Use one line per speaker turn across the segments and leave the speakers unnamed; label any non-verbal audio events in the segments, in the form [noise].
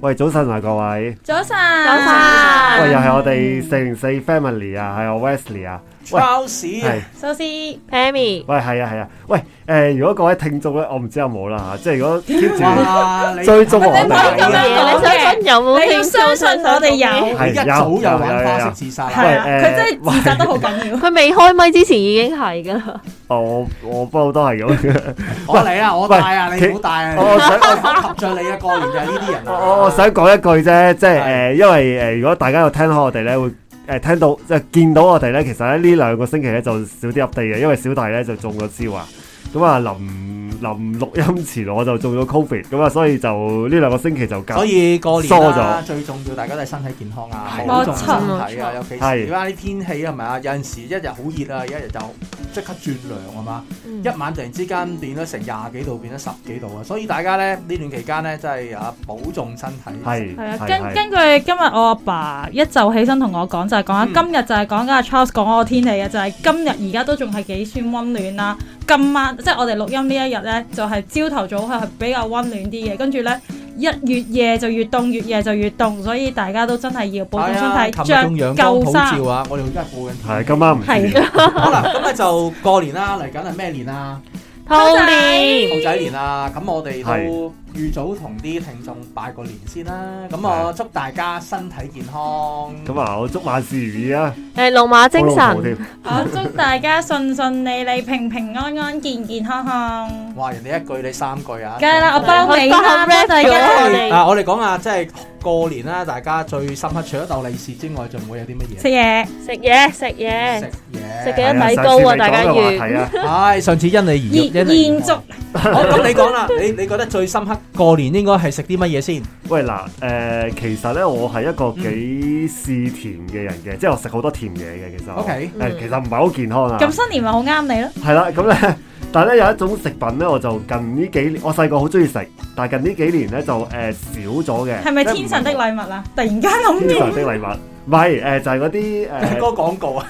喂，早晨啊，各位，
早晨，
喂，又
早
系我哋四零四 family 啊，系我 Wesley 啊，喂，
Charles 啊
系。
壽司
Pammy，
喂，係啊，係啊，喂，誒、如果各位聽眾咧，我唔知有冇啦嚇，即係如果 keep 住
[laughs] 哇！你
追蹤我
你唔可以咁
哋，
樣
啊
你相信有冇？
你要相信我哋有，
係
一早
有
又玩
有有
花
有
式自殺
係
啦，
喂
啊，
誒
佢真係自殺得好緊要。
佢未開咪之前已經係㗎啦。
哦我我不嬲都係咁，
我嚟啊，我帶啊，
喂
你唔好帶啊，
我我想
[laughs]
我
我及著你啊，過年就係呢啲人
我
啊。
我我想講一句啫，即係誒、因為誒、如果大家有聽開我哋咧，會誒、聽到即係見到我哋咧，其實咧呢兩個星期咧就少啲 update 嘅，因為小弟咧就中咗招啊，咁啊臨臨錄音前我就中咗 covid，咁啊所以就呢兩個星期就隔
所以過年
疏
啦，
咗
最重要大家都係身體健康啊，
係
保重
冇
身
錯
體啊，尤其是
係
而家啲天氣係咪啊？有陣時一日好熱啊，一日就即刻轉涼啊嘛，一晚突然之間變咗成廿幾度，變咗十幾度啊！所以大家咧呢段期間咧，真係啊保重身體。
係
係啊，
係
根
係
根據今日我阿爸一就起身同我講，就係講啊
嗯
今日就係講緊阿 Charles 講嗰個天氣嘅，就係今日而家都仲係幾算温暖啦。今晚即係我哋錄音呢一日呢，就係朝頭早係比較温暖啲嘅，跟住呢，一越夜就越凍，越夜就越凍，所以大家都真係要保重身體，
係哎啊琴日仲
着
陽光
夠
普
衫。
照啊！我哋而家報緊天
係今晚唔
係
知
[laughs] 好啦，咁咧就過年啦，嚟緊係咩年啊？
兔年，
兔仔年啦，咁我哋
係
都預早同啲聽眾拜個年先啦。咁我祝大家身體健康。
咁啊，我祝萬事如意啊，
誒龍馬精
好老婆
神
添。
我祝大家順順利利、平平安安、健健康康。
哇！人哋一句你三句啊，
梗係啦，我包你啦，
我包 rap
大家
咗。我哋
啊，我哋講下即係過年啦，大家最深刻除咗鬥利是之外，仲會有啲乜嘢？
食嘢，
食嘢食嘢，
食嘢。
食
係
嘅
啊
米
上
高
次
啊
未
大家
講嘅話
要
題啊，
唉，上次因你而
延
因你而
延續
好，咁你講啦，你你覺得最深刻過年應該係食啲乜嘢先？
喂嗱，誒、其實咧，我係一個幾試甜嘅人嘅，即係我食好多甜嘢嘅。其實我
OK
誒
嗯
其實唔係好健康啊。
咁新年咪好啱你咯。
係啦，咁咧， [laughs] 但係咧有一種食品咧，我就近呢幾年，我細個好中意食，但係近呢幾年咧就誒、少咗嘅。
係咪天神的
禮？
禮物啊？突然間諗
啊天
到
神的禮物，唔係誒，就係嗰啲
[laughs] 嗰個啊
誒，
廣告啊，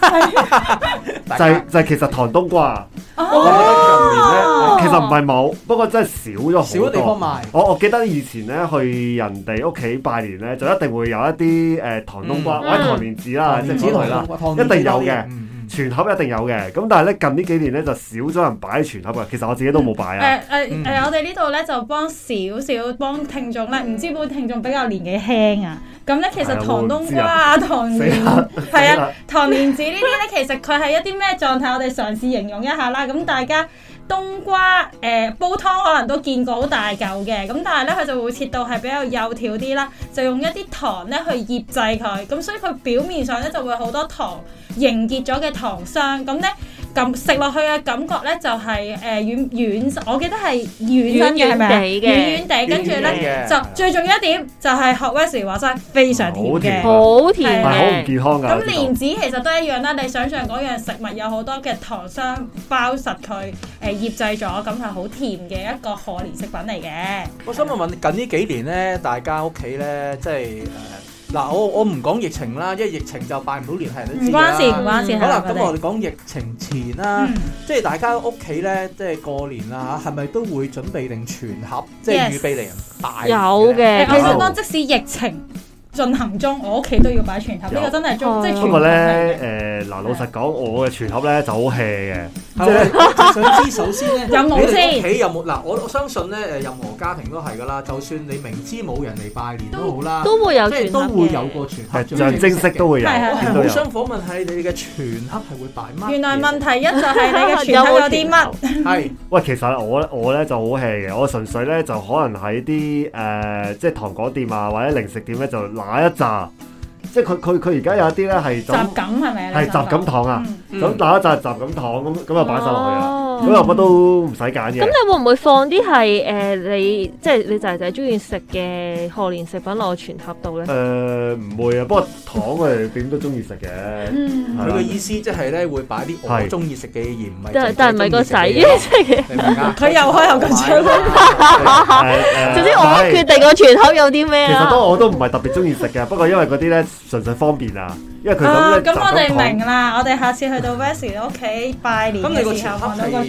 大
就
家
係就係其實糖冬瓜，我覺
哦，
得近年咧其實唔係冇，不過真係少咗好
少咗
多。
地方賣。
我我記得以前咧去人哋屋企拜年咧，就一定會有一啲誒、呃糖冬瓜、
嗯
或者糖蓮子啦，
哦
即係
子
嗰類
同
啦，
啦
一定有嘅
嗯嗯
全盒一定有嘅。咁但係咧近呢幾年咧就少咗人擺全盒啊嘅，其實我自己都冇擺啊。
誒誒誒，我哋呢度咧就幫少少幫聽眾咧，唔知會唔會聽眾比較年紀輕啊？咁咧其實
係啊
糖冬瓜啊、糖
死
蓮
啦，
係
死
啊
啦、
糖蓮子呢 [laughs] 啲咧，其實佢係一啲咩狀態？我哋嘗試形容一下啦。咁大家冬瓜誒、呃煲湯可能都見過好大嚿嘅，咁但係咧佢就會切到係比較幼條啲啦，就用一啲糖咧去醃製佢，咁所以佢表面上咧就會好多糖凝結咗嘅糖霜，咁咧。咁食落去嘅感覺咧就係誒軟軟，我記得係軟身嘅係咪啊？
軟軟地嘅
軟軟地，跟住咧
軟軟地嘅
就最重要一點就係學 Wesley 話齋非常甜
好
嘅
甜。
好
唔
甜
係
啊
啊好唔
嘅，
健康㗎。
嗯咁
我知道
蓮子其實都一樣啦，你想象嗰樣食物有好多嘅糖霜包實佢，誒、呃醃製咗，咁係好甜嘅一個賀年食品嚟嘅。
我想問問近呢幾年咧，大家屋企咧，即係誒呃嗱，我我唔講疫情啦，因為疫情就嗯拜唔到年係
唔
你知啦
關事，唔關事，係
好啦
啦，，
咁
我
我
哋
哋講疫情前啦，
嗯
即係大家屋企咧，即係過年啦嚇，係咪都會準備定全盒，即係
Yes
預備嚟拜
有
啊
誒
嘅。
咧
其實當即使疫情進行中，我屋企都要擺全盒，呢個真係中，
有
即係全
不
盒
過
嚟嘅。
咧誒嗱，老實講，我嘅全盒咧就好 hea 嘅。
係咪我就想知首先咧，
有冇先
你哋屋企有冇嗱？我我相信咧，誒任何家庭都係噶啦，就算你明知冇人嚟拜年都好啦，
都會有
即
全
係
盒
都
嘅
會有個全盒
係象徵式都
會。
會有，
係係
我
見
係
到
好
有。
想訪問係你哋嘅全盒係會擺乜嘢？
原來問題一就係你嘅全盒有啲乜？
係
喂，其實我我咧就好 hea 嘅，我純粹咧就可能喺啲誒即係糖果店啊或者零食店咧就揦一紮，即係佢佢佢而家有一啲咧係就
雜
咁
感係咪啊？
係雜錦糖啊，
嗯
咁揦一紮雜錦糖咁咁就擺晒落去啊，
哦
咁又乜都唔使揀嘅。
咁你會唔會放啲係誒你即係你仔仔中意食嘅賀年食品落去全盒度咧？
誒唔會啊，不過糖我哋點都中意食嘅，
嗯，
佢嘅
係
意思即係咧會擺啲我中意食嘅嘢，而唔係
但但唔係個仔中
你
意食嘅。
明唔明啊？
佢又開口咁
係啦
啦。誒誒
啊總之我
唔係
決定個全盒有啲咩
其實
啦。
都我都唔係特別中意食嘅，不過因為嗰啲咧純粹方便啊，因為佢
啊，
咁咧
咁
雜
我
錦
哋
糖。
明啦，我哋下次去到 Wesley 屋企拜年
[laughs] 咁你個
嘅時
全
候，
盒
望到個全盒。
係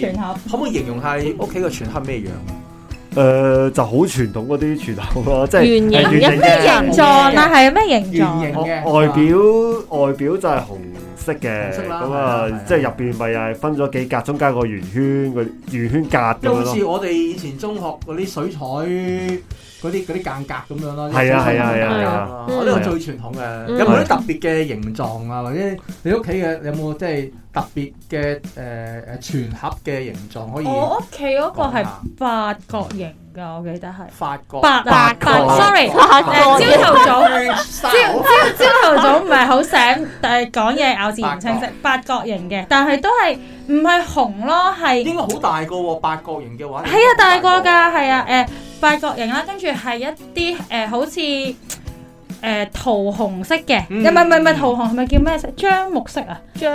可唔可以形容下你屋企個全盒咩樣？啊
誒就好傳統嗰啲傳統
[laughs]
咯，即係
圓
係
形
圓
一
形
咩
嘅
形狀啊？係咩形
圓
狀
形？嘅
外表外表就係紅色嘅，
紅色啦
咁
係啊係啊
啊，即係入邊咪又係分咗幾格，中間個圓圈嗰啲圓圈格
即係
咁樣
好
咯
似。我哋以前中學嗰啲水彩嗰啲嗰啲間隔咁樣咯。
係啊係啊係啊係
啊
我呢
嗯
個最傳統嘅，
嗯
有冇啲特別嘅形狀啊？或者你屋企嘅有冇即係特別嘅誒誒全盒嘅形狀可以
我屋企哦嗰個
講
係
下
八角形㗎，我記得係。
發覺？
八
八
八
角
，sorry，誒
八
朝
角
頭早。朝
朝
朝朝頭早唔係好醒，但係講嘢咬字唔清晰，八角形嘅，但係都係唔係紅咯，係
應該好大個喎，八角形嘅話。
係啊大個㗎，係啊誒、八角形啦，跟住係一啲誒、好似誒、桃紅色嘅，唔
嗯
係唔係唔係桃紅，係咪叫咩色？樟木色啊，
將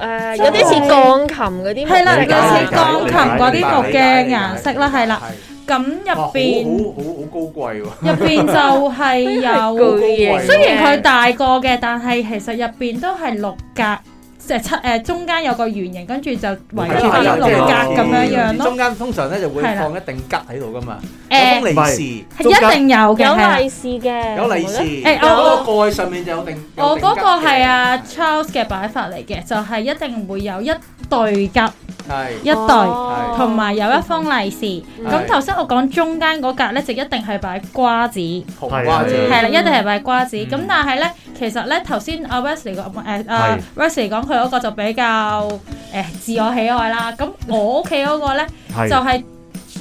誒有啲似鋼琴嗰啲，
係啦，
理
類
解
似
理解
鋼琴嗰
啊
啲木嘅顏色啦，係啦，
係。
咁入邊
邊好好好高貴喎。
入邊就係 [laughs]
[laughs]
有。
巨型，
雖然佢大個嘅，但係其實入邊都係六格，即係七誒中間有個圓形，跟住就圍
係
住
啦
啲
係啦
六格咁樣
係
樣咯。
中間通常咧就會
係啦
放一定吉喺度噶嘛，有封
誒
利是，
係一定有嘅。係啦
有利是嘅，
有利是，
誒
嗰個蓋上面就有定。有
我
定吉嘅
嗰個係阿 Charles 嘅擺法嚟嘅，就係一定會有一對格
係
一對，
哦
同埋有一封利是。
哦
嗯
咁頭先我講中間嗰格咧，就一定係擺瓜子，
紅瓜子，
係啦，
嗯
一定係擺瓜子。
嗯
咁但係咧，其實咧頭先阿 Wesley 講誒阿
係
Wesley 講佢嗰個就比較誒自我喜愛啦。咁我屋企嗰個咧。就
係
係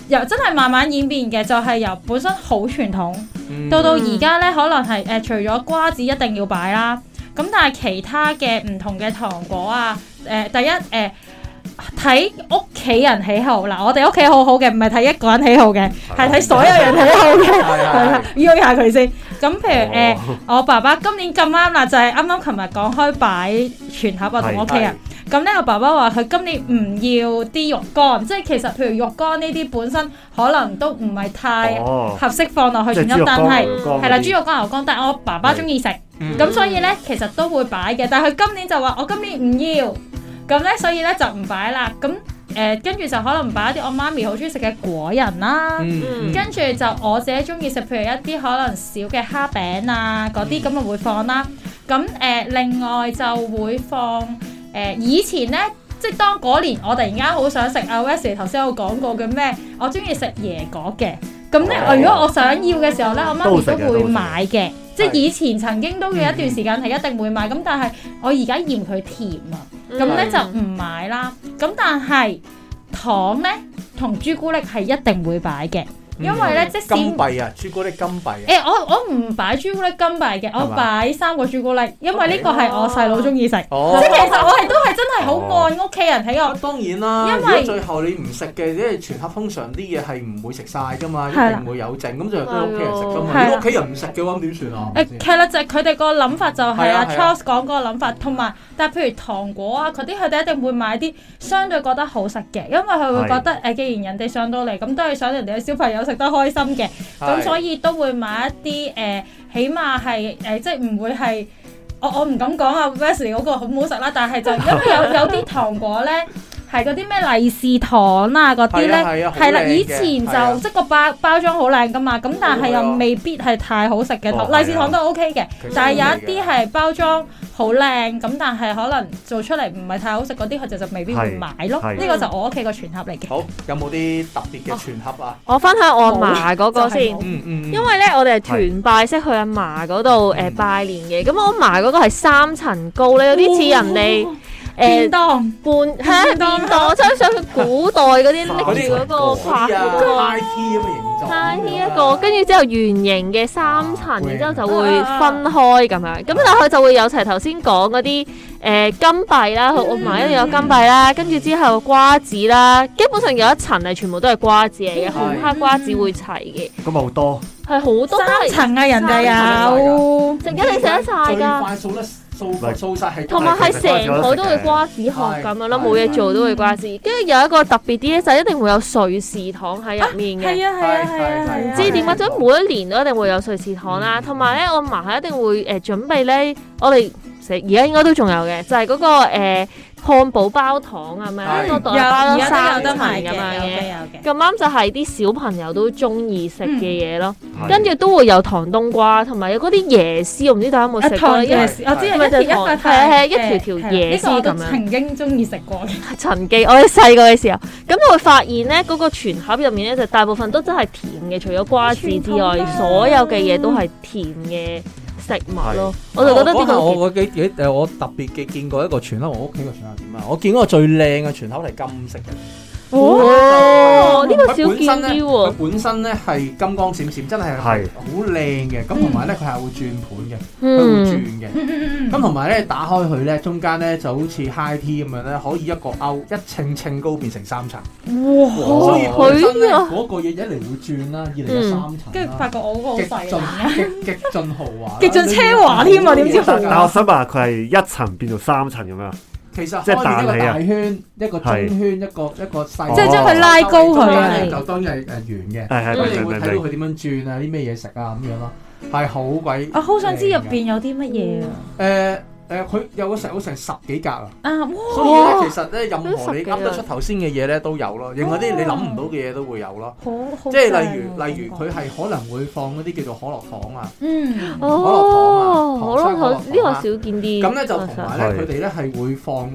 由真係慢慢演變嘅，就係、由本身好傳統，
Ừ. 嗯
到到而家呢，可能係誒、呃除咗瓜子一定要擺啦，咁但係其他嘅唔同嘅糖果啊，誒、第一誒。呃睇屋企人喜好嗱，我哋屋企好好嘅，唔係睇一個人喜好嘅，係睇所有人喜好嘅，係啊啦，邀下佢先。咁譬如誒、呃我爸爸今年咁啱啦，就係啱啱琴日講開擺全盒啊，同我屋企人。咁咧，我爸爸話佢今年唔要啲肉乾，即係其實譬如肉乾呢啲本身可能都唔係太
哦，
合適放落去
即係豬
全粒，
肉
但
乾
係
牛肝
係啦，
嗰啲
豬肉乾、牛肝，但係我爸爸中意食，
嗯
咁所以咧其實都會擺嘅，但係佢今年就話我今年唔要，咁咧所以咧就唔擺啦，咁誒跟住就可能擺一啲我媽咪好中意食嘅果仁啦。
嗯
跟住就我自己中意食，譬如一啲可能小嘅蝦餅啊嗰啲，咁就會放啦。咁誒、呃另外就會放誒、呃以前呢，即係當嗰年我突然間好想食阿 Wes 頭先有講過嘅咩，我中意食椰果嘅。咁咧，
哦
如果我想要嘅時候呢，我媽
都
咪
食嘅
都會買嘅。即係
係
以前曾經都有一段時間係一定會買，咁但係我而家嫌佢甜啊。
Ừ.
咁咧
嗯
就唔買啦。咁但係糖咧同朱古力係一定會擺嘅。因為咧即使
嗯金幣啊，朱古力金幣
誒、
啊，
我我唔擺朱古力金幣嘅，我
係嘛
擺三個朱古力，因為呢個係我細佬中意食。
哦
即係其實我係都係真係好按屋企人喜愛。
當然啦，
因為
如果最後你唔食嘅，因為全盒通常啲嘢係唔會食晒噶嘛，一
係啦
定會有剩，咁就俾屋企人食噶
係
嘛。
啊
如果屋企人唔食嘅話，咁點算啊？
誒呃係啦，就係佢哋個諗法就係
係
阿
啊係
Charles 講嗰個諗法，同埋但係譬如糖果啊嗰啲，佢哋一定會買啲相對覺得好食嘅，因為佢會覺得誒，既然人哋上到嚟，咁都係想人哋嘅小朋友食得開心嘅。咁所
以
以都會買一啲誒、呃起碼係誒、呃即係唔會係我我唔敢講啊 Wesley 嗰個好唔好食啦，但係就因為
[laughs]
有有啲糖果咧係嗰啲咩利是糖啊嗰啲咧。
係啊，
係啦，以前
係啊
就即係個包包裝好靚噶嘛，咁但係
好靚
又
啊
未必係太好食嘅
哦
糖，
係啊
利是糖都 OK 嘅
其實，
但係有
都
一
係
啲
嘅
係包裝好靚，咁但係可能做出嚟唔係太好食嗰啲，佢就就未必會
係
買咯。
係
呢個就我屋企個全盒嚟嘅。
好有冇啲特別嘅全盒啊？
我分享我嫲嗰個
就係
先
冇。
嗯嗯，
因為咧，我哋係團拜式去阿嫲嗰度誒拜年嘅，咁我嫲嗰個係三層高咧，有啲似人哋
便
誒
當
半係
便
啊便
當
當，我真係想佢古代嗰啲拎
嗰
住
啲
嗰個
嗰
框
啲
嗰
啊
個
，I T 咁嘅形狀，
拉呢一個，跟住之後圓形嘅三層，然之後
Ờ,
就會分開咁樣，咁但係佢就會有齊頭先講嗰啲誒金幣啦，
Ừ.
我嫲一定有金幣啦，跟住之後瓜子啦，基本上有一層係全部都係瓜子嚟嘅，紅黑瓜子會齊嘅，
咁好多
係好多都
三。
係
層啊，人哋有。
食一定食得晒
最
㗎，
快數得數
唔係
數晒係
同埋係成台都會瓜子殼咁樣咯，冇嘢做都會瓜子。跟住有一個特別啲咧，就一定會有瑞士糖喺入面嘅。
係啊係啊係啊係啊！
唔知點解，即係每一年都一定會有瑞士糖啦，同埋咧，我呃嫲係一定會誒準備咧，我哋食而家應該都仲有嘅，就係嗰個誒呃漢堡包糖係咪啊？
係
個袋
有
包
而家
咗
都
三
有得
層
賣
咁
嘅，有
樣
嘅
嘅。
有嘅。
咁啱就係啲小朋友都中意食
嗯
嘅嘢咯，
係
跟住都會有糖冬瓜，同埋有嗰啲椰絲，我唔知大家有冇
啊
食過
糖
咧，因為
椰絲，我知係
咪
一條
就
一
糖
塊塊，
係係一條條
係啦
椰
呢個
絲
我都
咁樣
曾經中意食過嘅，
陳記，我哋細個嘅時候，咁就會發現咧，嗰、個全盒入面咧就大部分都真係甜嘅，除咗瓜子之
傳統
外，
啊
所有嘅嘢都係甜嘅食物咯。我就覺得呢
嗰下
個
我
好
我幾幾誒，我特別嘅見過一個全盒，我屋企個全盒點啊？我見過最靚嘅全盒係金色嘅。
哦，呢、個少
佢本
見
身咧，
啲
佢
喎。
本身咧係金光閃閃，真係好
係
靚嘅。咁同埋咧，佢係會轉盤嘅，佢會轉
嗯，
嘅。
嗯 [laughs] 嗯嗯
咁同埋咧，打開佢咧，中間咧就好似 high tea 咁樣咧，可以一個勾一稱稱高變成三層。
嗯，哇！
所以本身咧
佢啊
嗰個嘢一嚟會轉啦，二嚟
嗯
有三層
跟住發
啦。
覺我嗰個好
極
細啊
盡
嘅，
極極盡豪華
[laughs]
啦，
極盡奢華添啊點知豪
[laughs]
華
但我想問下，佢係一層變到三層咁樣，
其實
即係
開完一個大
彈啊
圈，一個中
係
圈，一個一個細，
即係將佢
拉高佢
啊
就當然係誒圓嘅。
係係
咁你
明
會
明
睇到
明
佢點樣轉啊，啲咩嘢食啊咁樣咯，係好鬼
我啊好想知入邊有啲乜嘢啊！
誒誒，佢有成有成十幾格啊！
啊，
所以咧，
哇
其實咧，任何你噏得出頭先嘅嘢咧都有咯，另外啲你諗唔到嘅嘢都會有咯。
好好
即係
正
例如，
啊
例如佢係可能會放嗰啲叫做可樂糖啊，
嗯
哦，可樂糖
可樂糖啊糖
呢個
霜
少見啲。
咁咧就同埋
係
咧，佢哋咧係會放誒誒，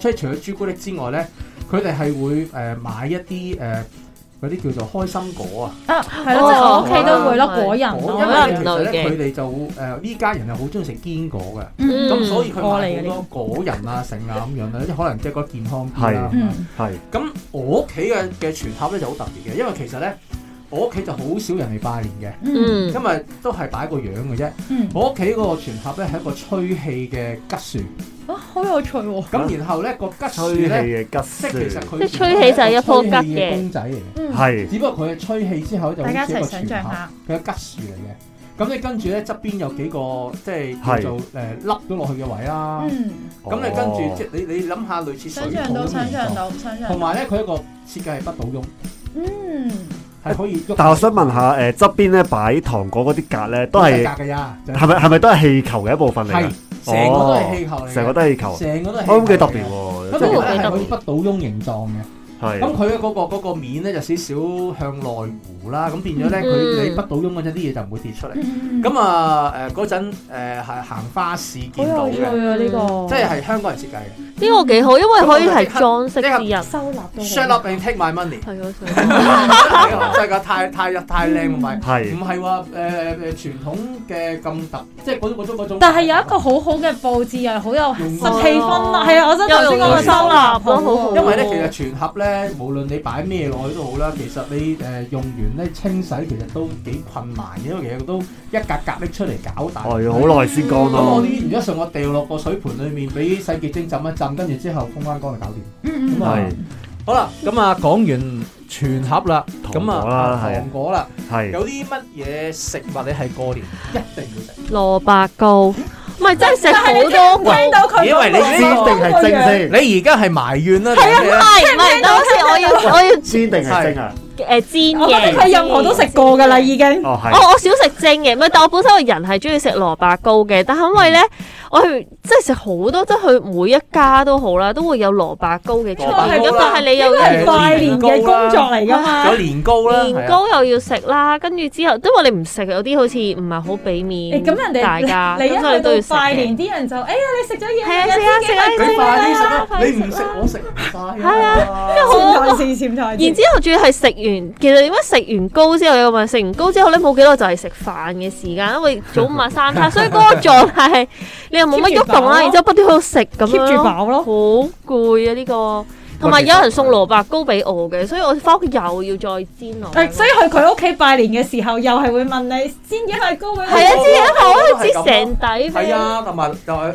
即係除咗朱古力之外咧，佢哋係會誒買一啲誒嗰啲叫做開心果啊。
啊，係咯，即係我屋企都會咯，果仁
果
咯，
因
為
為其實咧，佢哋就誒呢家人係好中意食堅果嘅。
嗯
咁所以佢
過嚟
買
嘅呢
好多果仁啊、成啊咁樣咧，即係可能即係嗰健康啲啦。
嗯
係
咁我屋企嘅嘅全盒咧就好特別嘅，因為其實咧我屋企就好少人嚟拜年
嗯
嗯
嘅，因為都係擺個樣嘅啫。
嗯，
我屋企嗰個全盒咧係一個吹氣嘅吉樹，
啊，好有趣喎！
咁然後咧個吉樹
啊吹氣
咧，
嘅
即
吉
係其實
樹，
佢
即係吹氣就係一棵吉嘅
吹氣嘅公仔嚟嘅，
嗯，
係
只不過佢係吹氣之後就好
大家一
似一
齊
個
想
全
象
盒，
下，
佢係吉樹嚟嘅。咁你跟住咧側邊有幾個即係
係
叫做誒凹咗落去嘅位啦。
嗯，
咁你跟
哦
住即係你你諗下類似水
想象
泡
到，
咁
想
嘅
象
形狀，
到，想象
同
到，
埋咧佢一個設計係不倒翁，
嗯，
係可以喐。
但我想問下，誒側邊咧擺糖果嗰啲格咧，都係
格嘅呀，就
係咪係咪都係氣球嘅一部分嚟
係
㗎？哦
成個都係氣球嚟嘅，
成個都係氣球，
成個都係氣球
我
嚟嘅。
諗幾特別
咁
喎，
其
真
都
實
幾
係
咧係
特
可
別
以不倒翁形狀嘅，
係啊
咁佢嗰個嗰個面咧就少少向內弧啦，咁變咗咧佢
嗯
你不倒翁嗰陣啲嘢就唔會跌出嚟。
嗯
咁啊誒嗰陣誒係行花市
好
見到
有趣
嘅，
啊！呢
即
個
係係香港人設計嘅。
呢個幾好，因為可以係裝飾之一。
收納到
Shut up and take
[laughs]
my money，
係啊我想
真係㗎，太太太靚同埋。
係
唔係話誒誒傳統嘅咁特，即係嗰種嗰種嗰種。
但係有一個好好嘅佈置，又好有
用
實氣氛啦。係啊，我真係頭先嗰個收納
又用
好
收納
因為咧，其實全盒咧，無論你擺咩落去都好啦，其實你誒、呃用完咧清洗，其實都幾困難嘅，因為其實都一格格拎出嚟搞大。
哦，要好耐先乾
咁我
咯，
啲原則上，我掉落個水盆裡面，俾洗潔精浸一浸，跟住之後風乾乾就搞掂。
嗯
咁
嗯
啊
係
好啦，咁啊講完全盒啦，
糖
咁
果啦
啊
係
糖果啦，
係
有啲乜嘢食物你係過年一定要食？
蘿蔔糕，唔係真係食好多個。
聽到佢
以為你
先
知
定係蒸先，
你而家係埋怨啦，
係啊，唔
你嘅
係唔係，當時
[laughs]
我要我要
先定係蒸啊？
誒煎
我覺
嘅，
得佢任何都食過㗎啦，已經。
哦
我
係，
我少食蒸嘅，咪但我本身個人係中意食蘿蔔糕嘅，但係因為咧，
嗯
我去即係食好多，即係去每一家都好啦，都會有蘿蔔糕嘅出現。
蘿蔔糕
咁
啦
但係你又
呢個
要
係拜年嘅工作嚟㗎
[laughs]
嘛。
有年糕啦，係
年
啊
糕又要食啦，跟住之後，因為你唔食有啲好似唔係好俾面，
咁人哋
大家，
你一
咁所以
去
都要
到
食
拜年，
嘅。
啲人就哎呀你食咗嘢，
係啊食啊食啊
你快啲食啦！
啊
快啲
你
食啦
唔食我食唔晒
係
啊！
潛台詞潛台詞。
然之後仲要係食完，其實點解食完糕之後有問食完糕之後咧冇幾耐就係食飯嘅時間，因為早晚三餐，所以嗰個狀態係你又冇乜喐動啦，然之後不斷喺度食咁
keep
樣
住
咯。
飽咯。
好攰啊呢個，同埋有人送蘿蔔糕俾我嘅，所以我翻屋企又要再煎落。
誒，所以去佢屋企拜年嘅時候，又係會問你煎幾塊糕俾我。
係啊，煎一頭我去煎成底俾
係
你。
啊，同埋就係誒誒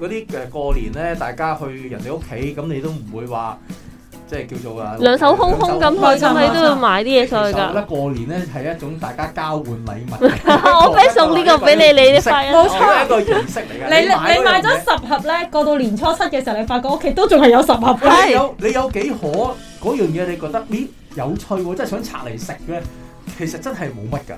嗰啲誒過年咧，大家去人哋屋企，咁你都唔會話即係叫做啊
兩手空空咁去，咁你都要買啲嘢
其
上
實
去
咧
㗎。，
過年咧係一種大家交換禮物嘅
我俾送呢個俾你，你啲快
冇
一
錯
係一個儀式嚟
你
嘅。
你買咗十盒咧，過到年初七嘅時候，你發覺屋企都仲係有十盒嘅。
你有你有幾可嗰樣嘢？你覺得咦有趣喎，真係想拆嚟食嘅，其實真係冇乜㗎。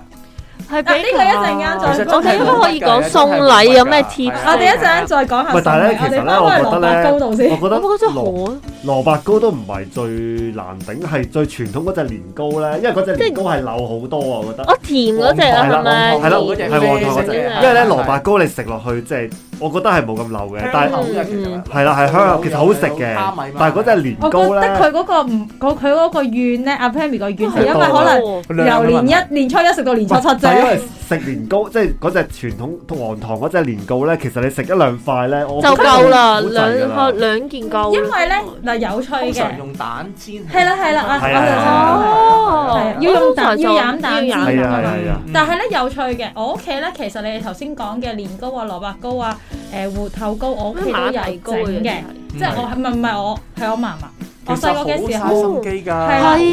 係俾
嗱呢個一陣間再
我哋應該可以講送禮有咩 t
我哋一陣再講下
喂但係咧
餸嘅
其實
我哋
咧我覺
翻返去蘿
得
蔔
咧
糕度先。
我覺得
我覺得真係
蘿
好，
蘿蔔糕都唔係最難頂，係最傳統嗰只年糕咧，因為嗰只年糕係漏好多啊，我覺得。
我甜嗰只啊，係咪？
係啦
甜
係黃糖嗰隻
甜
因
嘅
為咧蘿蔔糕你食落去即係，我覺得係冇咁漏嘅，但係
Ừ.
係啦係香口，其實好食嘅，但係嗰只年
我覺
糕
得
咧
佢嗰個唔，佢佢嗰個怨咧，阿 Pammy 個怨係因為
係
可能
哦
由年一年初一食到年初七
就係因為
啫。
食年糕，即係嗰只傳統黃糖嗰只年糕咧，其實你食一兩塊咧，我
就夠啦，
覺得好滯㗎
兩兩件夠啦。
因為咧嗱有趣嘅，係啦係啦啊，我
係啊係
就
啊
想
哦，
要用蛋
通常就
要飲蛋
要飲
係
先
啊係啊，
但係咧有趣嘅，我屋企咧其實你哋頭先講嘅年糕啊、蘿蔔糕啊、誒芋頭糕，我屋企都有
馬蹄糕
整
嗰啲
嘅
[laughs] 係，
Ừ.
即係我係唔係唔係我係我嫲嫲，我細個嘅時候，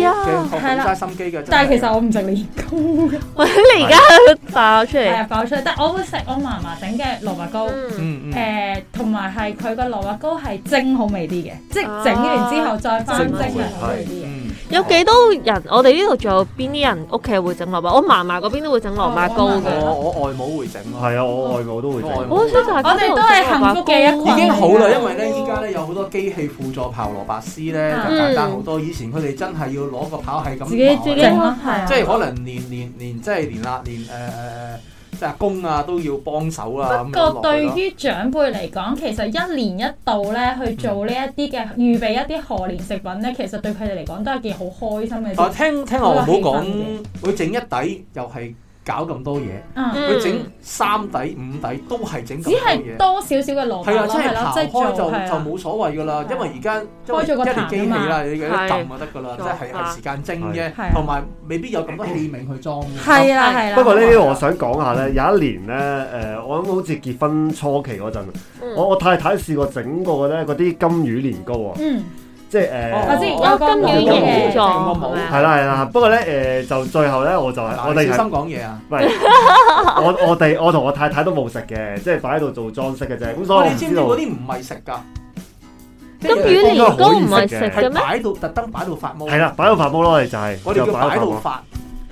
但係其實我唔食年糕嘅，
喂，你而家爆出
係
嚟，
啊爆出嚟，但係我會食我嫲嫲整嘅蘿蔔糕。
嗯，
ừ. 誒，同埋係佢個蘿蔔糕係蒸好味啲嘅，即
啊
係整完之後再翻蒸係好味
Ừ.
啲嘅。
有幾多人？我哋呢度仲有邊啲人屋企會整蘿蔔？我嫲嫲嗰邊都會整蘿蔔糕嘅。
係啊，我外母都會整。
我
我想就係
我哋都係幸福嘅一群
已經好啦，因為咧依家咧有好多機器輔助刨蘿蔔絲咧，就簡單好多。以前佢哋真係要攞個刨係咁刨，
自己啊自己整咯，係啊
即係可能連連連即係連啦，連誒誒誒即係阿公啊都要幫手啦。
不
咁樣
過
落去
對
咯
於長輩嚟講，其實一年一度咧去做呢一啲嘅
嗯
預備一啲賀年食品咧，其實對佢哋嚟講都係件好開心嘅
啊
事。
聽聽我唔好
好有
講
氣氛，
佢整一底又係搞啊咁多嘢，
嗯，
嗯
佢整三底五底都係整咁
只
多
係
嘢。
多少少嘅蘿蔔
係啊，
咯，
即
係
係
咯，即
刨
係
開就
做係
就
啊。
冇所謂㗎啦，因為而家因為
開咗個
一
壇
年機器
啊嘛
啦，你一
係
撳就得㗎啦，即係係時間蒸
係
啫
啊，
同埋未必有咁多器皿去裝。
係啦係啦。啊
不過呢啲我想講下咧，有一年咧，誒、我諗好似結婚初期嗰陣，
嗯
我我太太試過整過咧嗰啲金魚年糕啊，
嗯，
即係誒，
我知
有
有
金
個
魚形
嘅
狀
我
係
冇
咪啊
係啦係啦，不過咧誒、就最後咧我就係我
我哋
哋
小
係
心講嘢啊！
[laughs]
唔係我我哋我同我太太都冇食嘅，即係擺喺度做裝飾嘅啫，咁所
我
以我唔
哋知唔
知
知
道
嗰啲唔係食㗎？
金魚年糕唔係食嘅
係
咩？
擺到特登擺到發毛。
係啦，擺到飯煲咯，我哋就係、
我哋
就
叫擺
到
到
飯煲
發。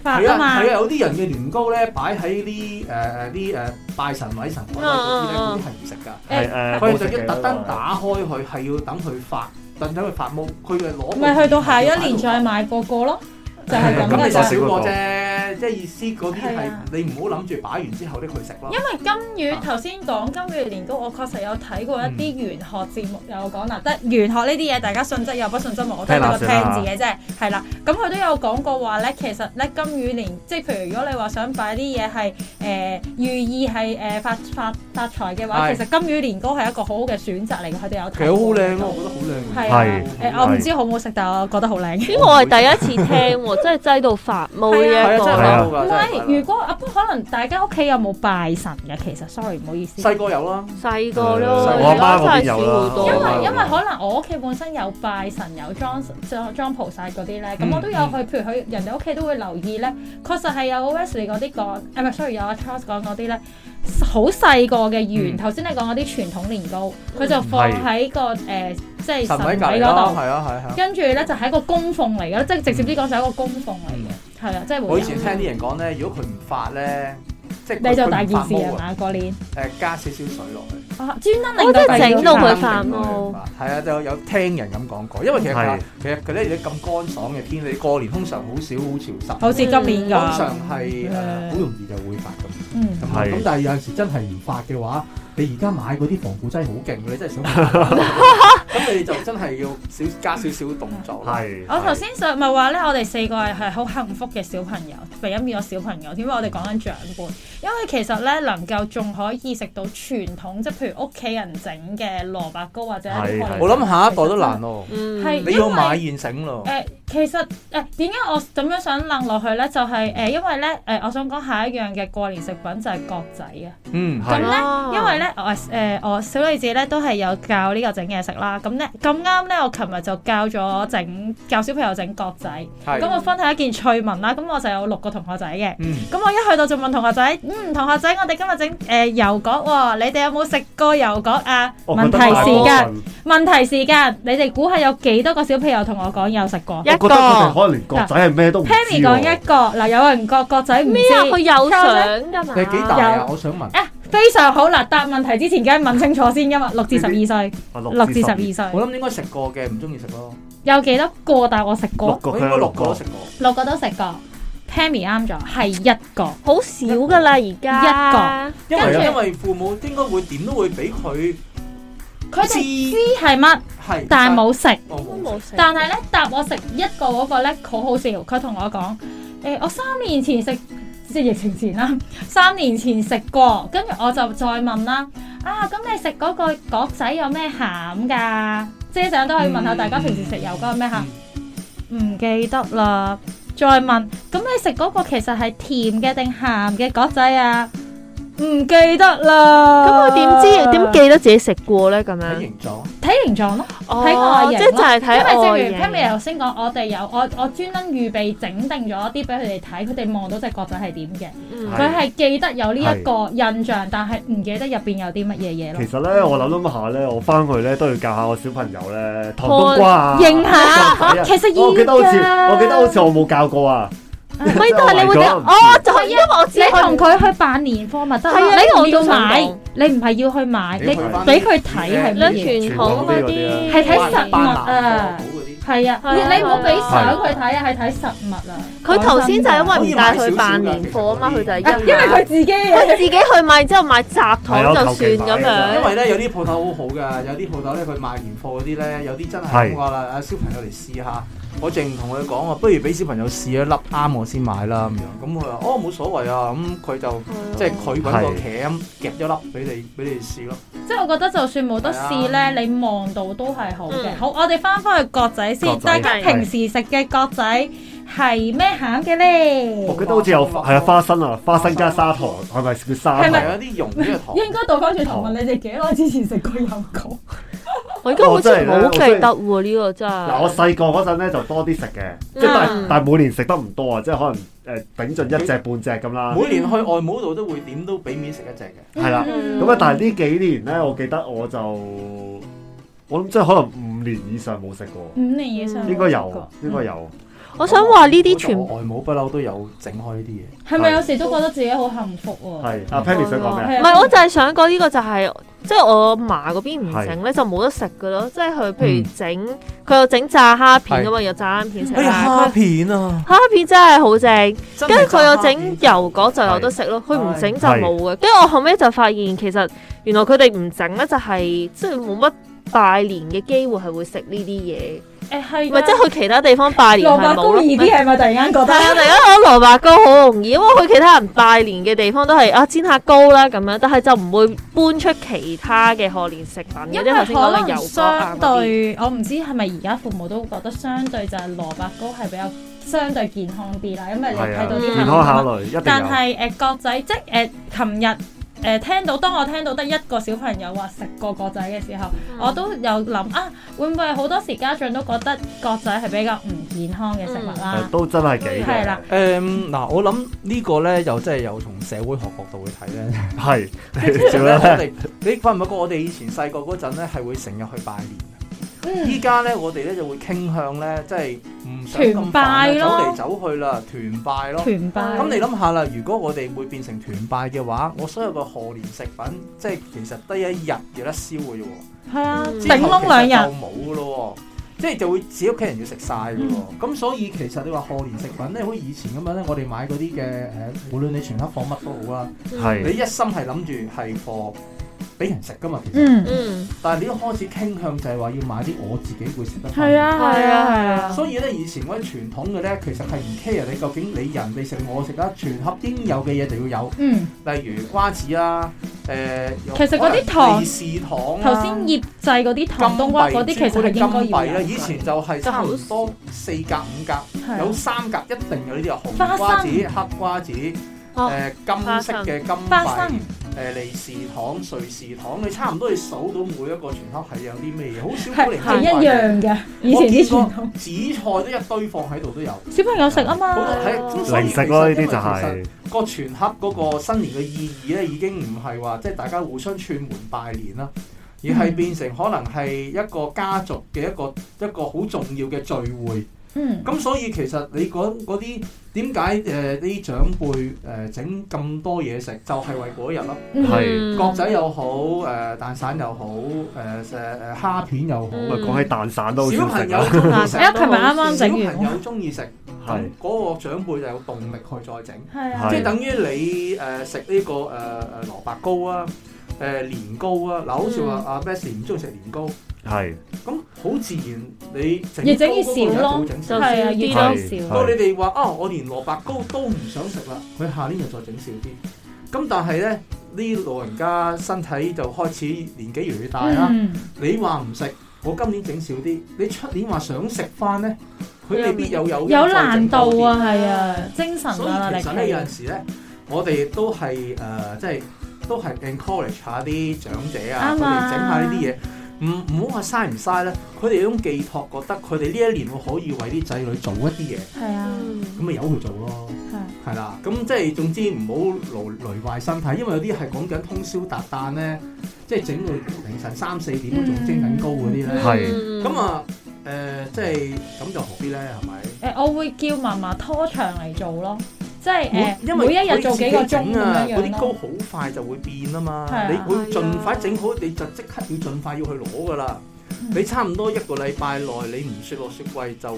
發
係
啊
啊
嘛
係啊，。有啲人嘅年糕咧擺喺啲誒誒啲誒拜神禮神位嗰
嗯
啲咧，嗰啲係唔食㗎。
係誒，
佢
冇
就
食嘅
要特登
嗰
打開佢，係要等佢發，等等佢發毛，佢就攞個。
咪去到下一年再買個個咯，就係
咁
咁嘅
啊你
就
就
啫
少。
少個啫，即係意思嗰啲
係
係
啊
你唔好諗住擺完之後拎佢食咯
因。為金魚頭先講金魚年糕，我確實有睇過一啲玄學節目有講
嗯
嗱，得玄學呢啲嘢大家信則有不信則無，我都係個聽字嘅啫，係啦。咁佢都有講過話咧，其實咧金魚年，即係譬如如果你話想擺啲嘢係誒寓意係誒、發發發財嘅話，
係
其實金魚年糕係一個好好嘅選擇嚟嘅，佢哋有睇。
其實好靚咯，。我覺
係
得
啊
好靚。
係
誒、我唔知好唔好食，但我覺得好靚。
呢個我係第一次聽喎，真係擠到發毛呢
係啊，
一
真
個
係
係啊
好㗎。
唔
真係好
係，如
㗎
果啊，不過可能大家屋企有冇拜神嘅？其實，sorry，唔好意思。
細個有啦，
細個咯，
誒
我阿
媽嗰邊
真係少
有啦
好
因
多。啊
為因為可能我屋企本身有拜神有裝裝裝菩薩嗰啲咧，咁我都有去，譬如去人哋屋企都會留意咧，確實係有 Wesley 嗰啲講，誒唔係 sorry 有阿 Charles 講嗰啲咧，好細個嘅圓，
嗯
頭先你講嗰啲傳統年糕，佢就放喺個誒即係
神
神
位隔
位
離
嗰
啦，
度，
係啊，係啊係啊。
跟住咧就係一個供奉嚟嘅，即係直接啲講就係一個供奉嚟嘅，係啊，即係
我
會
以前
有。
聽啲人講咧，如果佢唔發咧，即係佢
你就大件事啊
佢唔發毛啊
嘛，嗰年
誒加少少水落去，
啊，專登
我
令
真
到
係
第二
整到
日
佢發毛
係啊，就有聽人咁講過，因為其實
係
其實佢咧如果咁乾爽嘅天氣，過年通常好少好
好
潮濕，
似今年
通
咁，
常係誒
嗯
好容易就會發咁。
嗯。
咁
係
咁，但係有陣時真係唔發嘅話，你而家買嗰啲防腐劑好勁嘅，你真
[laughs]
係想咁你就真係要少加少少動作。
係
我頭先想咪話咧，我哋四個係係好幸福嘅小朋友，俾一面我小朋友。點解我哋講緊長輩？因為其實咧，能夠仲可以食到傳統，即係譬如屋企人整嘅蘿蔔糕或者一啲
係係
可能
我諗下一代都難咯，
嗯，
係
你要買現成咯
誒、。其實誒點解我咁樣想楞落去咧？就係、誒、因為咧誒、我想講下一樣嘅過年食品就係角仔啊。
嗯，
係
咁咧，
啊
因為咧，我誒、我小女子咧都係有教呢個整嘢食啦。啦。咁咧咁啱咧，我琴日就教咗整教小朋友整角仔，咁我分享一件趣聞啦。咁我就有六個同學仔嘅。
嗯，
咁我一去到就問同學仔，嗯，同學仔，我哋今日整誒油角喎，你哋有冇食過油角啊？
我
問
覺得啊
題
太
時
過
間，
分
問題時間，你哋估下有幾多個小朋友同我講有食過
一
我覺得佢哋可能連角仔係咩都唔知
Pammy
喎。
講一個，嗱有人覺角仔唔知
咩啊？佢有相噶嘛？
你幾大啊？
有
我想問，
啊，非常好啦！答問題之前梗係問清楚先噶嘛，六至十二歲，
啊
六至十二
二，
歲
我諗應該食過嘅，唔中意食咯。
有幾多個？但我食
六
過，
個
我
佢
應該
有
六
六
個都
個
食。過。
六個都食過。Pammy 啱咗，係一個。
好少噶啦，而家
因
跟住
為因為父母應該會點都會俾佢
佢
知
哋知係乜，
係，
但係冇食。
我
都
冇
冇食。
但係咧，答我食一個嗰個咧，好好笑。佢同我講：誒、我三年前食，即係疫情前啦， [laughs] 三年前食過。跟住我就再問啦：啊，咁你食嗰個角仔有咩餡㗎？姐仔都可以問下大家平時食油角有咩餡？唔記得啦。再問，咁你食嗰個其實係甜嘅定鹹嘅角仔啊？唔記得啦。
咁我點知點記得自己食過咧？咁
睇
樣
形狀，
睇形狀咯？睇
哦
外形咯
即係就係
因為正
睇
如 p a
外
m y
形。
頭先講，我哋有我我專登預備整定咗啲俾佢哋睇，佢哋望到隻角仔係點嘅，
嗯
係
佢係記得有呢一個印象，但係唔記得入邊有啲乜嘢嘢
其
咯。
實咧，我諗諗下咧，我翻去咧都要教下我小朋友咧，糖冬瓜啊。
認
[laughs]
下，
角仔啊
其實要
我記得好似，
㗎
我記得好似我冇教過啊。
唔係，但係你會
我
點？
懷咗
哦，就係因為我知
你同
佢
佢去辦年貨咪得
係啊呢
咯？
個我
你唔要
都想
買
講，
你唔係要去買，
你
你
去返
俾佢睇係乜嘢。
咧傳統嗰啲，
係睇實
班
物
班
啊
南部嗰啲
係啊，
係啊
你你唔好俾
係
啊
相佢睇啊，係睇實物啊。
佢頭先就係因
講
為唔帶佢辦年貨啊嘛，佢就係
真啊
因
因為佢自己嘅
[laughs] 佢自己去買之後買雜糖就算咁
因
樣。
為咧有啲鋪頭好好㗎，有啲鋪頭咧佢賣年貨嗰啲咧，有啲真係
係
咁話啦，啊小朋友嚟試下。我淨同佢講話，不如俾小朋友試一粒啱我先買啦咁樣。咁佢話哦冇所謂啊，咁佢就即係佢揾個鉗夾一粒俾你俾你試咯。
即係我覺得就算冇得試咧，
啊
你望到都係好
嗯
嘅。好，我哋翻返去角仔
角
先，
仔
大家平時食嘅角仔係咩餡嘅咧
我？記得好似有係啊花生啊，花生加砂糖，係咪叫砂
係
糖
咪？
係有啲溶咗嘅糖。
應該倒翻轉頭問你哋幾耐之前食過有角？
我而家好似冇記得喎，呢個真
嗱，我
係。
細個嗰陣咧就多啲食嘅，即係但係但係每年食得唔多啊，即係可能誒頂盡一隻半隻咁啦。
每年去外母度都會點都俾面食一隻嘅。
係啦
嗯
咁啊，但係呢幾年咧，我記得我就我諗即係可能五年以上冇食過，
五年以上
應該有，應該有。
我想話呢啲全
我外母不嬲都有整開呢啲嘢。
係咪有時都覺得自己好幸福喎？
哦係阿 Penny 想講咩？啊
唔係，我就係想講呢個就係、即係我嫲嗰邊唔整咧，就冇得食噶咯。即係佢譬如整，佢有整炸蝦片噶嘛，有炸蝦片
啊
食
哎呀，
啦
蝦。片啊！
佢蝦片真係好正，
跟
跟住佢有整油果就有得食咯，佢唔整就冇嘅。跟住我後尾就發現其實原來佢哋唔整咧就係、即係冇乜拜年嘅機會係會食呢啲
誒係
嘢，咪即係去其他地方拜年
蘿
係
蔔
冇
糕易
咯
啲。係咪？突然間覺
但係我啊突
得
然間講蘿蔔糕好容易，因為去其他人拜年嘅地方都係啊煎下糕啦咁樣，但係就唔會搬出其他嘅賀年食品嘅，
因
即係頭
為
先講
可
嘅油
能
角啊
相
嗰啲。
對，我唔知係咪而家父母都覺得相對就係蘿蔔糕係比較相對健康啲啦，因為你
係
睇
啊
到，啲
健康
效果
考慮一定
但
有。
係誒、呃、角仔，即係誒琴日誒聽到，當我聽到得一個小朋友話食過角仔嘅時候，我都有諗啊，會唔會好多時家長都覺得角仔係比較唔健康嘅食物啦
係？都真係幾嘅
係啦
誒嗱，我諗呢個咧又真係又從社會學角度去睇
[laughs]
咧。
係
其實
做
咧我
啦，
哋你發唔發覺我哋以前細個嗰陣咧係會成日去拜年，
嗯，
依家咧我哋咧就會傾向咧即係唔想咁
團
煩啊
拜
啦
咯
走嚟走去啦，團拜
嗯
咯。
團拜
咁你諗下啦，如果我哋會變成團拜嘅話，我所有嘅賀年食品，即係其實得一日有得燒嘅啫喎。
係啊，
嗯
頂窿兩
就
日，
冇咯喎，即係就會自己屋企人要食晒嘅喎。咁所以其實你話賀年食品咧，好似以前咁樣咧，我哋買嗰啲嘅誒，無論你全盒放乜都好啦，你
係
一心係諗住係放俾人食噶嘛，其實。
嗯，
嗯，
但係你都開始傾向就係話要買啲我自己會食得。
係。啊，係啊，係啊，
所以咧，以前嗰啲傳統嘅咧，其實係唔 care 你究竟你人哋食定我食啦，全盒應有嘅嘢就要有，
嗯，
例如瓜子啊，誒，
其實嗰啲糖
利是糖啊
頭先醃製嗰啲糖冬瓜嗰啲其實係應該
金幣
要有
啦，以前就係差唔多四格五
嗯
格，
係啊
有三格一定有呢啲啊，紅
花生
瓜子、黑瓜子、誒、
哦
呃金色嘅金
花生
幣、誒、誒利是糖、瑞士糖，你差唔多要數到每一個全盒係有啲咩嘢，好
嗯
少古靈
係
精
一
怪嘅。
樣嘅，以前啲傳統
我見過紫菜都一堆放喺度都有，
小朋友食啊
好多
嘛，
係咁所以
零
其實
食咯，呢啲就
因為其實
係
個全盒嗰個新年嘅意義咧，已經唔係話即係大家互相串門拜年啦，而係變成可能係一個家族嘅一個一個好重要嘅聚會。
嗯，
咁所以其實你講嗰啲點解誒啲長輩誒整咁多嘢食，就係、為嗰一日咯。
嗯
Ừ.
係
角仔又好，誒、蛋散又好，誒誒誒蝦片又好。
咪講起蛋散都好
小
少
朋
食
友
啊，
中意食，
啊琴日啱啱整完
小朋友中意食，咁
係
嗰個長輩就有動力去再整。
係
係
啊
即，係等於你誒食呢個誒誒蘿蔔糕啊，誒、年糕啊，嗱好似話
嗯
阿 Bess 唔中意食年糕，
係
咁好自然你整
越整越
糕嗰個人
少咯
就
就會整少
少
係啊
啲
係
咯，
到你哋話啊，我連蘿蔔糕都唔想食啦，佢下年就再整少啲。咁但係咧，呢老人家身體就開始年紀越嚟越大
啊
啦。
嗯，
你話唔食，我今年整少啲，你出年話想食翻咧，佢未必有有
有難度啊，係啊，精神
所
啊，
以
力氣
其實咧有陣時咧，我哋都係誒、呃即係都係 encourage 下啲長者啊，佢
啱
哋
啊
整下呢啲嘢，唔唔好話嘥唔嘥啦。佢哋有種寄託，覺得佢哋呢一年會可以為啲仔女做一啲嘢，
係啊，
咁咪由佢做咯，
係啊
係啦。咁即係總之唔好累累壞身體，因為有啲係講緊通宵達旦咧，即係整到凌晨三四點都仲蒸緊糕嗰啲咧。
係
Ừ.
咁啊誒，即係咁就何必咧？係咪？
誒，我會叫嫲嫲拖長嚟做咯，即係誒，
因
呃每
為
一日做幾個鐘
整
咁
啊，
樣
嗰啲
樣
糕
咯。
好快就會變啊嘛
係。啊
你會盡快整好，你就即刻要盡快要去攞噶啦。
嗯
你差唔多一個禮拜內，你唔雪落雪櫃就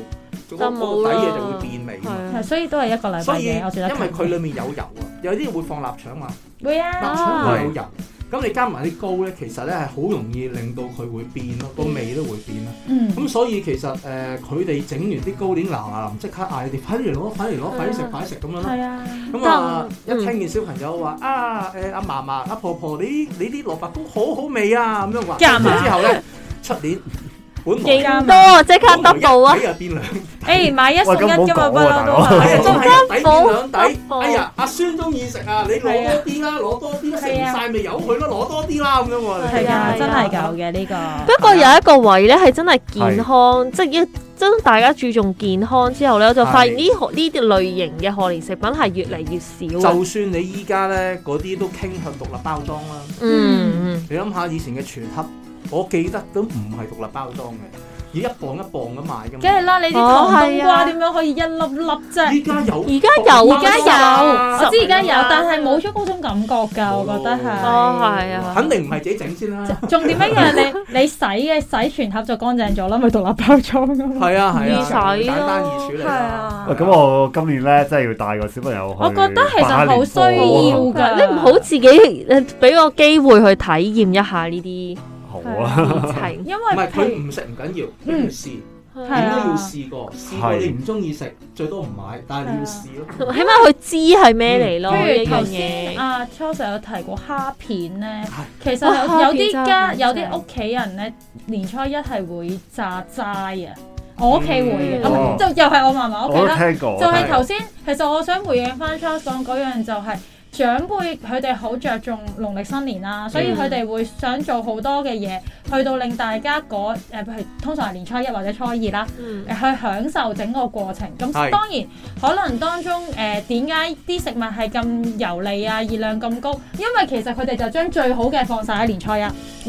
就
嗰個嗰
冇
個
啦
底嘢就會變味㗎嘛。
係，所以都係一個禮拜啊
所以因
嘅，我最得
為佢裡面有油啊，有啲會放臘腸嘛，
會
臘
啊，
腸會有油。咁你加埋啲糕咧，其實咧係好容易令到佢會變咯，個味都會變啦。
嗯，
咁所以其實誒，呃佢哋整完啲糕點嗱嗱臨，即刻嗌你哋快啲嚟攞，快啲嚟攞，快啲食，快啲食咁樣啦。
係啊，
咁啊，一
嗯
聽見小朋友話啊，誒阿嫲嫲、阿婆婆，你你啲蘿蔔糕好好味啊，咁樣話。
加埋
之後咧，出年本來
勁多啊，即刻
本來
double 啊
一！底啊變兩底，
誒買一送一
喂咁唔
㗎
好
嘛，
講
不
喎
嬲
大
都
佬
係。
double
哎呀真係底變兩底，哎呀阿孫中意食啊，你攞多啲啦，攞多啲啦，食唔
係啊
晒咪由佢咯，攞多啲啦咁樣喎。你
係
明唔
啊，
明
真係有嘅呢個。
不過有一個位咧係真係健康，即係一真大家注重健康之後咧，我就發現呢行呢啲類型嘅賀年食品係越嚟越少啊。
就算你依家咧嗰啲都傾向獨立包裝啦。
嗯嗯
你諗下以前嘅全盒，我記得都唔係獨立包裝嘅，而一磅一磅咁賣嘅。
梗係啦，你啲
哦
糖冬
係啊
瓜點樣可以一粒粒啫？
依家有，
而家有
而家
啊
有，我知而家有
啊，
但係冇咗嗰種感覺㗎，我覺得係。
哦係啊
肯定唔係自己整先啦。
重點一樣，你你 [laughs] 洗嘅洗全盒就乾淨咗啦，咪獨立包裝咯。
係啊係啊，
易洗咯
簡單易處理
係
啦
啊。
哦喂，咁我今年咧真係要帶個小朋友去，
我覺得其實好需要㗎，
你唔好自己誒俾個機會去體驗一下呢啲
好啊，
熱情。
因
唔
為
係
譬
佢
如
唔食唔緊要，你要
嗯
試，應
[laughs] 係
該
啊
要試過。試過
係
你唔中意食，最多唔買，但係你要試咯。
起碼佢知係咩嚟咯，呢
嗯譬如頭
樣
先啊
嘢。
阿 Charles 有提過蝦片咧
係，
其實
哇
有
哦蝦片
啲
真係
家
好正
有啲屋企人咧，年初一係會炸齋啊，我屋企會
嗯
嘅，啊唔係就又係我嫲嫲
我
屋企
都
啦。
聽過，
就係頭先，其實我想回應翻 Charles 講嗰樣就係、長輩佢哋好着重農曆新年啦，
嗯
所以佢哋會想做好多嘅嘢，去到令大家嗰誒、譬如通常係年初一或者初二啦，
嗯
誒去享受整個過程。咁
係
當然可能當中誒點解啲食物係咁油膩啊，熱量咁高？因為其實佢哋就將最好嘅放晒喺年初一、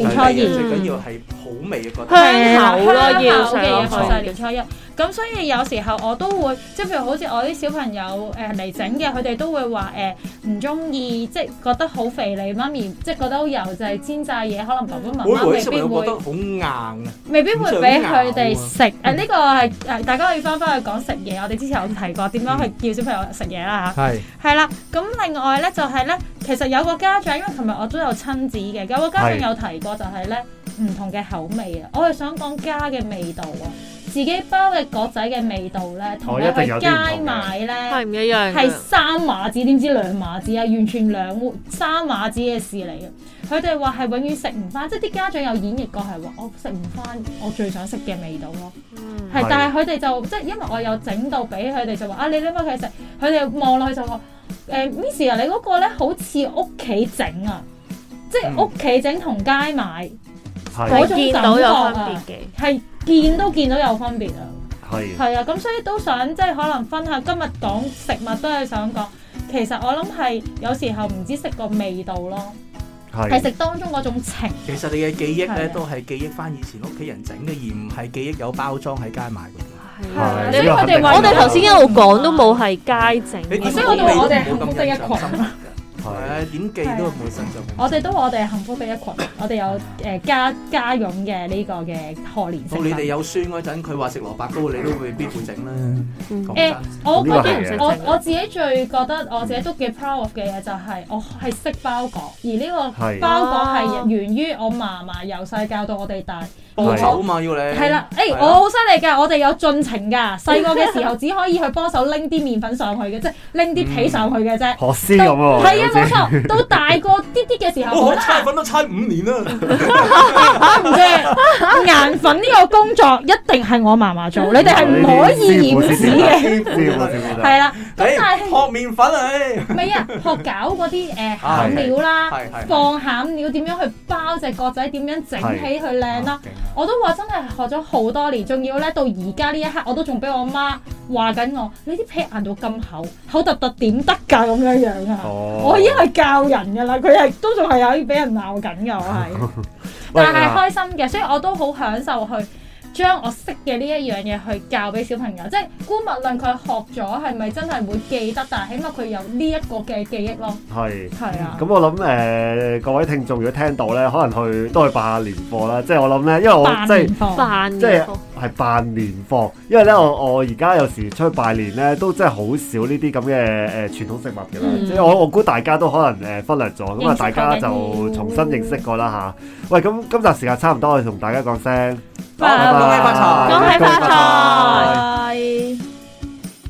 年初
但係
二
最。緊要係好味嘅覺得。
香口咯，要
香口嘅嘢放晒
上
年初一。咁所以有時候我都會，即係譬如好似我啲小朋友誒嚟整嘅，佢哋都會話誒唔中意，即係覺得好肥膩，媽咪即係覺得好油，就係煎炸嘢，可能爸爸
每
媽媽
回
未
小
必
朋友覺
會
得好硬啊，
未必會俾佢哋食。誒呢個係誒大家可以翻返去講食嘢，我哋之前有提過點樣去叫小朋友食嘢啦嚇。
係
係啦，咁另外咧就係、咧，其實有個家長，因為琴日我都有親子嘅，有個家長
係
有提過就係咧唔同嘅口味啊，我係想講家嘅味道啊，自己包嘅角仔嘅味道咧，同
哦
你
一定
去
有
街
啲唔同嘅
買咧
係唔一樣
係
嘅。
三碼子，點知兩碼子啊，完全兩回三碼子嘅事嚟嘅。佢哋話係永遠食唔翻，即係啲家長有演繹過係話我食唔翻我最想食嘅味道咯。
嗯
係
係，
但係佢哋就即係因為我有整到俾佢哋就話啊，你拎翻呃佢食，佢哋望落去就話誒 Miss 啊，你嗰個咧好似屋企整啊，即係屋企整同街買
係
嗰
係
種
見到有分別嘅。
係見都見到有分別啊。
係
係啊，咁所以都想即係可能分享今日講食物都係想講，其實我諗係有時候唔止食個味道咯，係
係
食當中嗰種情。
其實你嘅記憶
係啊
咧，都係記憶翻以前屋企人整嘅，而唔係記憶有包裝喺街買嗰啲。
係啊
係
因為我哋話
我哋頭先一路講都冇係街整
你
嘅，
點
所以我
都
哋話我哋係
冇
幸福
咁
的一
印象
群
深刻㗎。係
係
啊，點記都冇印象深刻。
我哋都話我哋係幸福嘅一群，我哋有誒、呃家家用嘅呢個嘅賀年
哦
食
到哦你哋
品。
有孫嗰陣，佢話食蘿蔔糕，你都未必會整啦。
嗯
誒
講真，
我
呢
覺
個係
得
嘅
我我自己最覺得我自己都幾 proud of 嘅嘢就係我係識包裹，而呢
係
個包裹係源於我嫲嫲由細教到我哋大。
哦
幫手嘛要你。
係啦，誒
係啊
我好犀利㗎，我哋有進程㗎。細個嘅時候只可以去幫手拎啲麵粉上去嘅，即係拎啲皮上去嘅啫。
學師咁
到
喎，
係啊，冇
好似
錯。到大個啲啲嘅時候，
哦我
好
學猜
啦，
粉都猜五
[laughs]
年啦。啊
啊唔知顏粉呢個工作一定係我嫲嫲做，你哋係唔可
呢啲師
以
傅
染
先
指
知
嘅。
師傅先知
係啊啦，咁
誒
但係
學麵粉啊！誒
唔係啊？學搞嗰啲誒餡料啦，
係係
放餡料點樣去包只角仔，點樣整起佢
啊
靚啦。，我都話真係學咗好多年，仲要咧到而家呢一刻，我都仲俾我媽話緊我，你啲皮硬到咁厚，厚突突點得㗎咁樣樣啊！
哦
我已經係教人㗎啦，佢係都仲係有啲俾人鬧
[laughs]
緊㗎，我係，
喂
但
嗱
係開心嘅，所以我都好享受去。將我識嘅呢一樣嘢去教俾小朋友，即係姑勿論佢學咗係咪真係會記得，但係起碼佢有呢一個嘅記憶咯。
係。
係啊，
嗯咁我諗誒、各位聽眾如果聽到咧，可能去都去辦下年貨啦。即係我諗咧，因為我
扮
即係
年貨
扮
即係
嘅。
係辦年貨，因為咧我我而家有時出去拜年咧，都真係好少呢啲咁嘅誒傳統食物嘅啦。
嗯
即係我我估大家都可能誒忽略咗，咁啊
認識
大家
過
就
緊要
重新認識過啦吓，喂，咁今集時間差唔多，我哋同大家講聲。
好
拜拜
恭喜發財，
恭喜發財
恭喜發財。